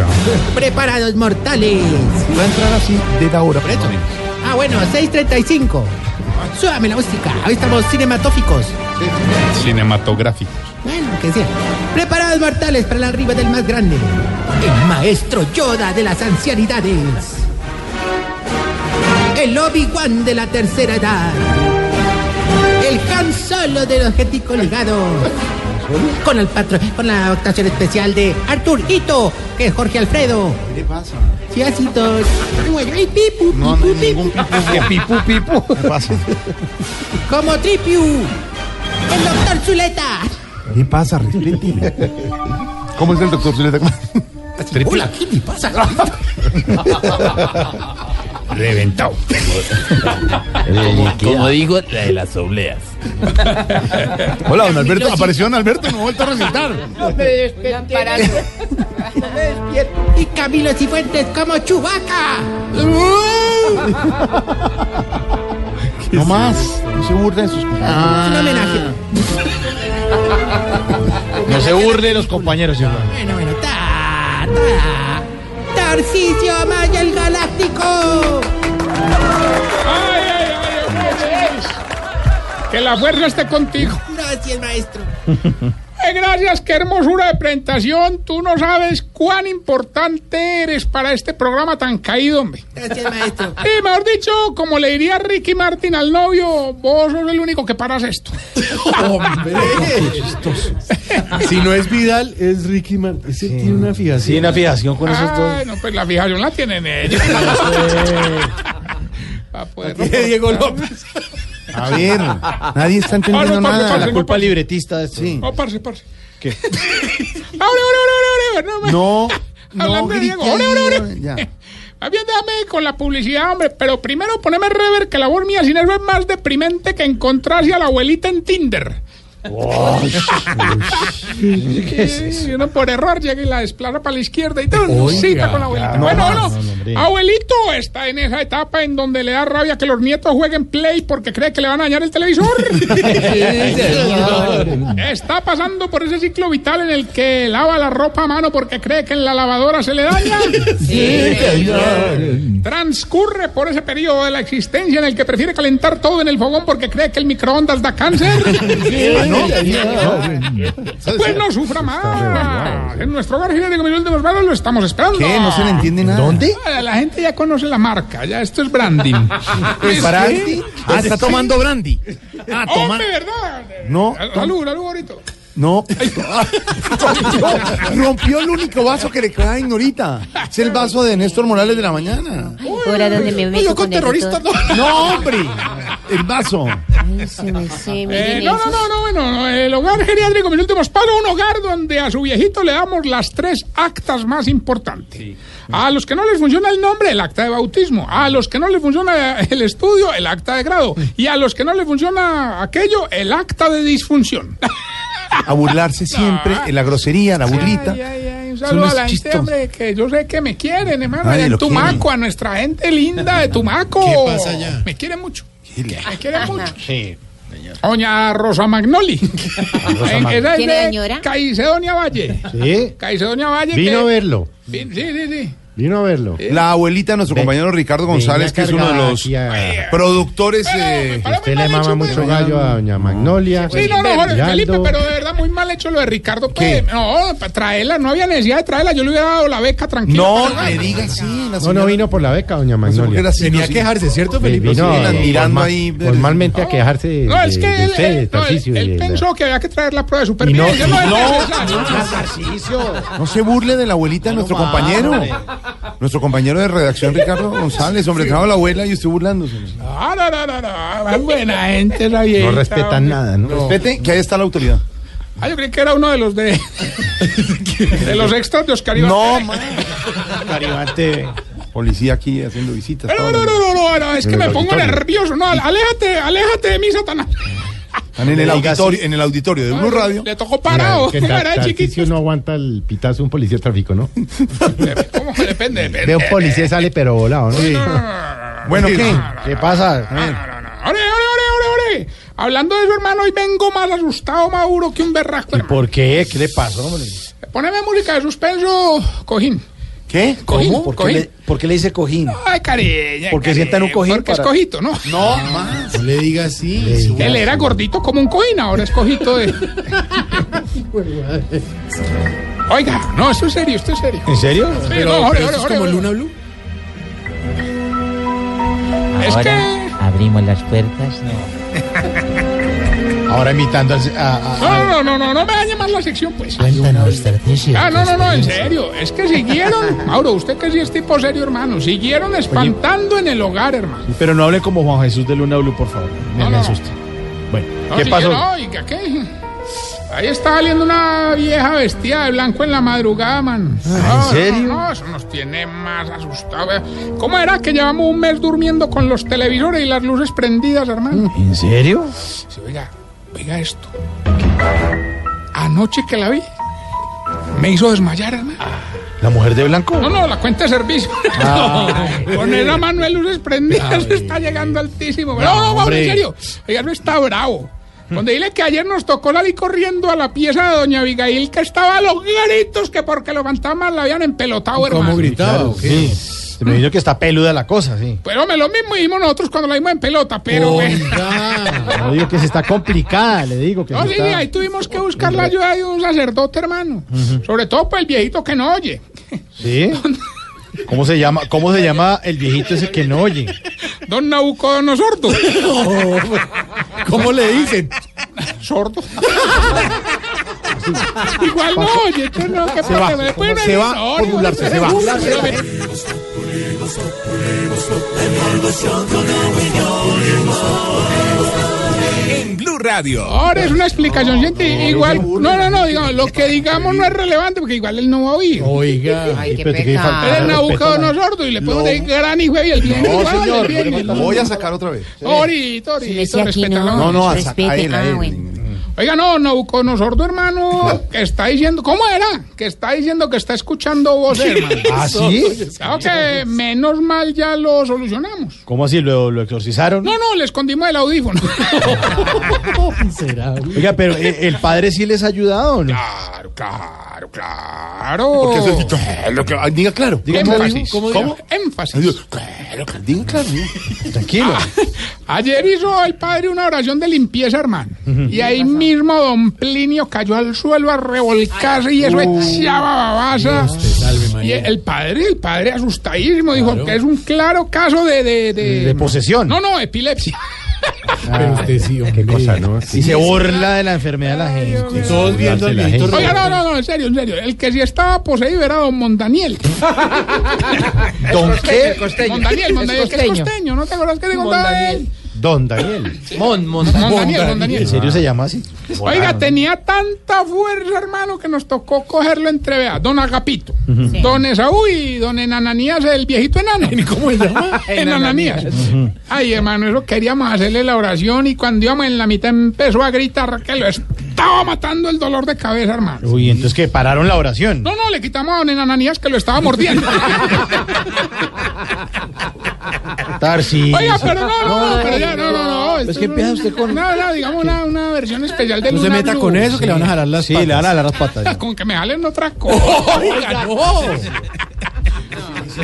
¿Eh? Preparados mortales. Va a entrar así de ahora, pero esto. Ah, bueno, 6.35. Súbame la música. Hoy estamos cinematóficos. Cinematográficos. Bueno, que sea. Preparados mortales para la arriba del más grande. El maestro Yoda de las ancianidades. El Obi-Wan de la tercera edad. El Han Solo de los geticos ligados. Con el patro, con la actuación especial de Artur Hito, que es Jorge Alfredo. ¿Qué le pasa? Sí, así todo. Y pipu, No, no pipu, hay pipu. ningún pipu. pipu, pipu? ¿Qué pasa? Como Tripiu. El doctor Zuleta. ¿Qué pasa? Respéteme. ¿Cómo es el doctor Zuleta? Hola, ¿qué te pasa? Reventado. Como digo, la de las obleas. Hola, don Alberto. Apareció don Alberto, no ha vuelto a recitar. Y Camilo Cifuentes como Chubaca. Ah. No más. No se burla de sus compañeros. Un homenaje. No se burle de los compañeros, señor. Bueno, bueno, ta, ta. Tarcicio Maya el Galáctico. Que la fuerza esté contigo. Gracias, maestro. Eh, gracias, qué hermosura de presentación. Tú no sabes cuán importante eres para este programa tan caído, hombre. Gracias, maestro. Y mejor dicho, como le diría Ricky Martin al novio, vos sos el único que paras esto. Si no es Vidal, es Ricky Man. Ese tiene una fijación. Sí, una fijación con Ay, no, pues la fijación la tienen ellos. Pa' poder romper. Diego López. A ver, nadie está entendiendo Ah, no, parce, nada. parce, La culpa no, parce. libretista de Sí. Oh, parce, parce. ¿Qué? ¡Ahora, ahora, ahora, ahora! ahora, No, no, Hablando de Diego. grite Ore, ore, ahí, ore. ya. Más bien déjame con la publicidad, hombre, pero primero poneme rever que la voz mía sin eso es más deprimente que encontrarse a la abuelita en Tinder. ¿Qué es Uno por error llega y la desplaza para la izquierda y todo. cita con la abuelita. no bueno, más, bueno, no, hombre. abuelito está en esa etapa en donde le da rabia que los nietos jueguen play porque cree que le van a dañar el televisor. Está pasando por ese ciclo vital en el que lava la ropa a mano porque cree que en la lavadora se le daña. Transcurre por ese periodo de la existencia en el que prefiere calentar todo en el fogón porque cree que el microondas da cáncer. Ah, no, no. pues no sufra más. En nuestro hogar genérico Miguel de los Varos lo estamos esperando. ¿Qué? No se le entiende nada. ¿Dónde? Ah, La gente ya conoce la marca, ya esto es branding. Este, ¿Es Brandy. Ah, está tomando brandy. Ah, Hombre, ¿verdad? Eh, No. Salud, salud, bonito. No. Rompió- Rompió el único vaso que le queda ignorita. Es el vaso de Néstor Morales de la mañana. Ahora donde me meto yo con el terroristas no. doctor. No, hombre. El vaso. Ay, se me sé, Eh, miren no, no, eso. no, no, bueno, no, el hogar geriátrico, mis últimos pasos, un hogar donde a su viejito le damos las tres actas más importantes. A los que no les funciona el nombre, el acta de bautismo. A los que no les funciona el estudio, el acta de grado. Y a los que no les funciona aquello, el acta de disfunción. A burlarse siempre, Ah. en la grosería, la burlita. Ay, ay, ay, un Son saludo a la unos gente, chistosos. hombre, que yo sé que me quieren, hermano, Nadie allá en lo quiere. Tumaco, a nuestra gente linda de Tumaco. ¿Qué pasa allá? Me quieren mucho. Me quieren mucho. Doña Rosa Magnoli. En esa ¿Quién de es, señora? Caicedonia Valle. Sí, Caicedonia Valle. vino a que- verlo, Vin- Sí, sí, sí. vino a verlo. La abuelita de nuestro compañero Ricardo González, que es uno de los productores eh, de... Pero me Usted parece le mal mama hecho, mucho pues. gallo a doña Magnolia. Sí, no, no, Jorge, Giraldo. Felipe, pero de verdad muy mal hecho lo de Ricardo. Pues, no, pa- traerla, no había necesidad de traerla. Yo le hubiera dado la beca tranquila. No para le el hogar. diga así. la No, señora- no vino por la beca, doña No sé por qué Magnolia. Pues, era así, no sé. Eh, vino siguen eh, admirando forma- ahí. formalmente a quejarse de, No, es de- que de él, usted, de él- no, él- Tarcisio, él de- de- pensó que había que traer la prueba de supervivencia. Y no- es no, necesario. No se burle de la abuelita de nuestro compañero. Nuestro compañero de redacción, Ricardo González, hombre, trajo a la abuela y estoy burlándose. No, no, no, no, no, es buena gente esa viejita, No respetan hombre. nada, ¿no? Respete que ahí está la autoridad. Ah, yo creí que era uno de los de. de los extras de Oscar Iván. No, man. Policía aquí haciendo visitas. No, todo. no, no, no, no, no, es que En el me pongo auditorio. nervioso. No, aléjate, aléjate de mí, Satanás. Están en el, auditorio, en el auditorio de Blue Radio. Le tocó parado. Que ta- Era de Tarcisio chiquito. no aguanta el pitazo de un policía de tráfico, ¿no? ¿Cómo? Depende, De depende. un policía sale pero volado, ¿no? Bueno, ¿qué? ¿Qué pasa? No, no, no. ¡Ore, ore, ore, ore, ore! Hablando de su hermano, hoy vengo más asustado, Mauro, que un berraco. ¿Y hermano. por qué? ¿Qué le pasó, hombre? Poneme música de suspenso, cojín. ¿Qué? Cojín, ¿Por qué, cojín. le, por qué le dice cojín? Ay, cariño. ¿Por qué cariño, sientan un cojín Porque es para- cojito, ¿no? No, más. No le diga así. Él era gordito como un cojín, ahora es cojito de. Oiga, no, esto es serio, esto es serio. ¿En serio? Sí, no, ore, ore, ore, ore. Blue? Es Ahora que- abrimos las puertas. Ahora imitando al... a- a- No, no, no, no, no me dañe más la sección, pues. Cuéntanos, Tarcisio. Ah, no, tu no, no, en experiencia. serio. Es que siguieron, Mauro, usted que sí es tipo serio, hermano. Siguieron espantando en el hogar, hermano. Pero no hable como Juan Jesús de Luna Blue, por favor. No, Me, me no. asusta. Bueno, No, ¿qué sí pasó? que no, oiga, ¿qué? Ahí está saliendo una vieja vestida de blanco en la madrugada, man. No, no, Ah, serio? No, eso nos tiene más asustados. ¿Cómo era que llevamos un mes durmiendo con los televisores y las luces prendidas, hermano? ¿En serio? Sí, oiga, oiga esto. Anoche que la vi, me hizo desmayar, hermano. ¿La mujer de blanco? No, no, la cuenta de servicio. Con esa mano de luces prendidas está llegando altísimo. No, no, Mauro, en hombre. serio. Oiga, no está bravo. Donde dile que ayer nos tocó salir corriendo a la pieza de doña Abigail que estaba a los gritos que porque los fantasmas la habían empelotado, hermano. Claro, sí. Se me dijo que está peluda la cosa, sí. Pero me lo mismo hicimos nosotros cuando la vimos en pelota, pero... bueno. No digo que se está complicada, le digo que No, se sí, sí, está... ahí tuvimos que buscar la ayuda de un sacerdote, hermano. Sobre todo para el viejito que no oye. ¿Sí? ¿Cómo se llama? ¿Cómo se llama el viejito ese que no oye? Don Nabucodonosor. ¿Cómo le dicen? sordo. Igual no, oye, entonces no, que va, problema. Después se en el va visor, por ¿no? burlarse, se va. En Blue Radio. Ahora es una explicación científica. igual, no, no, no, digamos, lo que digamos no es relevante porque igual él no va a oír. Oiga, Ay, qué pero te quedé pecado. faltando Él es de respeto a nabucado, la- no sordo y le podemos decir gran hijo y el bien. No, igual, señor, el bien, lo voy a sacar otra vez. Ahorita, Si me decía ahorita, aquí, respétalo. no, no, a saca- respete. a él, a ah, él. bueno. Oiga, no, Nabucodonosor, tu hermano, que está diciendo, ¿cómo era? Que está diciendo que está escuchando voces, hermano. ¿Ah, sí? Claro que menos mal ya lo solucionamos. ¿Cómo así? ¿Lo, lo exorcizaron? No, no, le escondimos el audífono. Oiga, pero eh, ¿el padre sí les ha ayudado o no? Claro, claro, claro. Porque eso es dicho, lo que- ah, diga claro. Diga claro. Énfasis. ¿Cómo? ¿Cómo? diga? Énfasis. Digo, claro, claro, diga claro. diga. Tranquilo. Ayer hizo el padre una oración de limpieza, hermano. Y ahí mismo don Plinio cayó al suelo a revolcarse y eso echaba babasa. y el padre, el padre asustadísimo, dijo que es un claro caso de... de, de- De posesión. No, no, epilepsia. Qué cosa, ¿no? Y se burla de la enfermedad de la gente. Todos viendo al viejito. Oiga, no, no, no, en serio, en serio. El que sí estaba poseído era don Mondaniel. ¿Don qué? Mondaniel, Mondaniel, que es costeño. costeño. ¿No te acuerdas que te contaba de él? Don Daniel. Mon, mon. Mondaniel, Mondaniel. ¿En serio se llama así? Oiga, tenía tanta fuerza, hermano, que nos tocó cogerlo entre veas. Don Agapito, don Esaú y don Enananías, el viejito enano. ¿Cómo se llama? Enananías. Ay, hermano, eso queríamos hacerle la oración y cuando íbamos en la mitad empezó a gritar que lo estaba matando el dolor de cabeza, hermano. Uy, entonces que pararon la oración. No, no, le quitamos a don Enananías que lo estaba mordiendo. Tarsi. Oiga, pero no, no, no, pero ya, no, no, no. esto que es empieza usted con- No, no, digamos una, una versión especial de Luna Blue. que le van a jalar las patas. Sí, le van a jalar las patas. ya. Con que me jalen otra cosa. Oiga, no.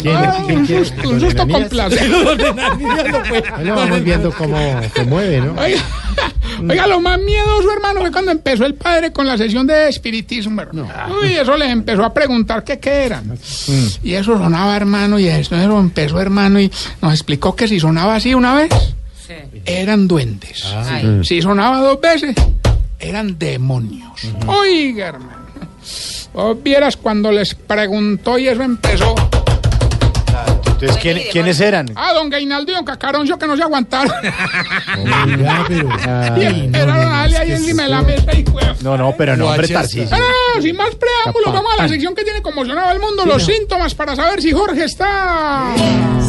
¿Quién? Ah, ¿Quién? un ¿Quién? susto, un susto con placer. Ahí lo vamos viendo cómo se mueve, ¿no? Oiga, oiga, lo más miedoso, hermano, fue cuando empezó el padre con la sesión de espiritismo, hermano. Uy, eso les empezó a preguntar qué, qué eran. Y eso sonaba, hermano, y eso, eso empezó, hermano, y nos explicó que si sonaba así una vez, eran duendes. Ay. Si sonaba dos veces, eran demonios. Oiga, hermano. Vos vieras cuando les preguntó y eso empezó. Entonces, ¿quién- ¿quiénes eran? Ah, don Gainaldo y don Cacarón, yo que no se aguantaron. Oiga, pero- Ay, no, Era no, don no, Ale es ahí que encima de la esto- mesa y fue- No, no, pero no, hombre, Tarcisio. Ah, sin más preámbulos, Capaz. vamos a la sección que tiene conmocionado al mundo, los síntomas para saber si Jorge está...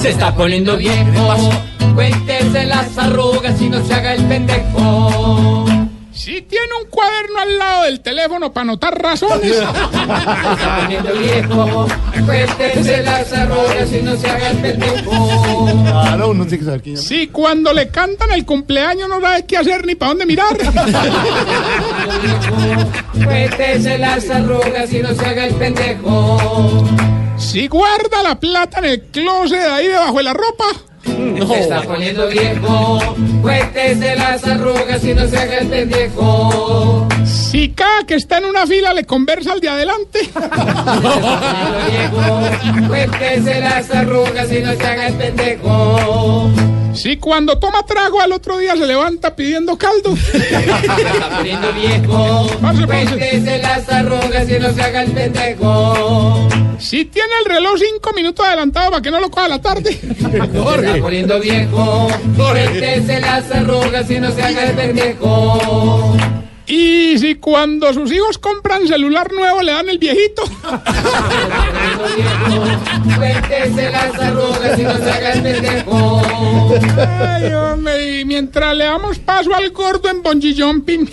Se está poniendo viejo. Cuéntese las arrugas y no se haga el pendejo. Si tiene un cuaderno al lado del teléfono para anotar razones. Se está poniendo viejo. Cuéntese las arrugas y no se haga el pendejo. Claro, uno tiene que saber quién es. Si cuando le cantan el cumpleaños no sabe qué hacer ni para dónde mirar. Cuéntese las arrugas y no se haga el pendejo. Si guarda la plata en el closet ahí debajo de la ropa. Se está poniendo viejo. Cuéntese las arrugas y no se haga el pendejo. Si cada que está en una fila le conversa al de adelante. Viejo, Cuéntese las arrugas y no se haga el pendejo. Si cuando toma trago al otro día se levanta pidiendo caldo. Se está poniendo viejo. Parce, parce. Cuéntese las arrugas y no se haga el pendejo. Si tiene el reloj cinco minutos adelantado para que no lo coja la tarde. Se está poniendo viejo. Cuéntese las arrugas y no se haga el pendejo. Y si cuando sus hijos compran celular nuevo le dan el viejito. Cuéntese las arrugas y no se haga el pendejo. Ay, hombre, y mientras le damos paso al gordo en bungee jumping.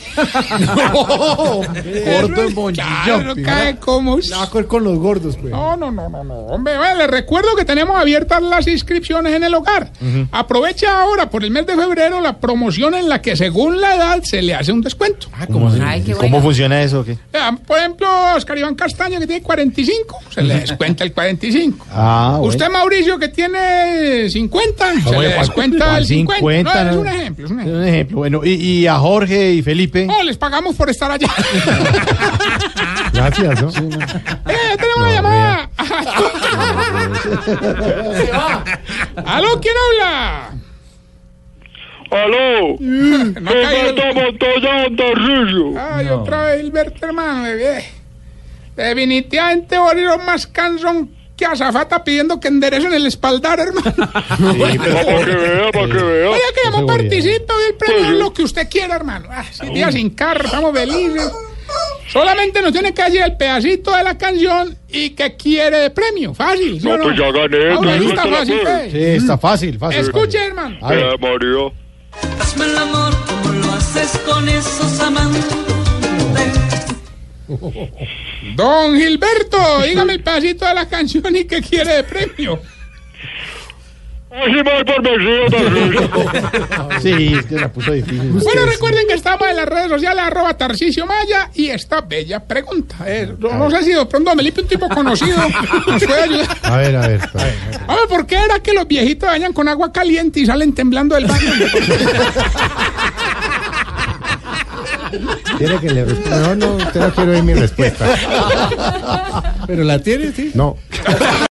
Gordo en bungee Claro, jumping, cae ¿no? como... No, va a coger con los gordos, pues. No, no, no, no, no. Hombre, bueno, les recuerdo que tenemos abiertas las inscripciones en el hogar. Aprovecha ahora por el mes de febrero la promoción en la que según la edad se le hace un descuento. Ah, ¿Cómo, se- cómo funciona eso? o qué? Ah, Por ejemplo, Oscar Iván Castaño, que tiene 45, se le descuenta el 45. Ah, bueno. Ah, Usted, Mauricio, que tiene 50, se le Bueno, ¿cuál- descuenta cuál el 50. 50, no, es no? un ejemplo, es un Es ejemplo. un ejemplo. Bueno, y, y a Jorge y Felipe. No, les pagamos por estar allá. Gracias, ¿no? Eh, tenemos una llamada. ¿Aló? ¿Quién habla? Mm. Aló, No ha caído el- Montoya Andarrillo. Ay, otra vez, Hilberto, hermano. bebé. Definitivamente Bolívar más cansón que azafata pidiendo que enderecen el espaldar, hermano. Para que vea, para que vea. Oye, que llamó seguridad. participa del premio es lo que usted quiera, hermano. Ah, sí, día sin carro, estamos felices. Solamente nos tiene que decir el pedacito de la canción y que quiere de premio. Fácil. ¿sí o No, pues ya gané, Ah, bueno, gané está con la fácil, flor. pues. Sí, está fácil, fácil. Escuche, fácil. hermano. A ver. Eh, María. Hazme el amor como lo haces con esos amantes. Don Gilberto, dígame el pedacito de la canción y que quiere de premio. Así mal por vencido, Andarrillo. Sí, es que la puso difícil. Bueno, recuerden que estamos en las redes sociales, arroba Tarcicio Maya, y esta bella pregunta. Eh, no, no sé si de pronto Melipe, un tipo conocido, nos puede ayudar. A ver, a ver. Hombre, Ah, ¿por qué era que los viejitos bañan con agua caliente y salen temblando del baño? Quiere que le responda. No, no, usted no quiero oír mi respuesta. ¿Pero la tiene, sí? No.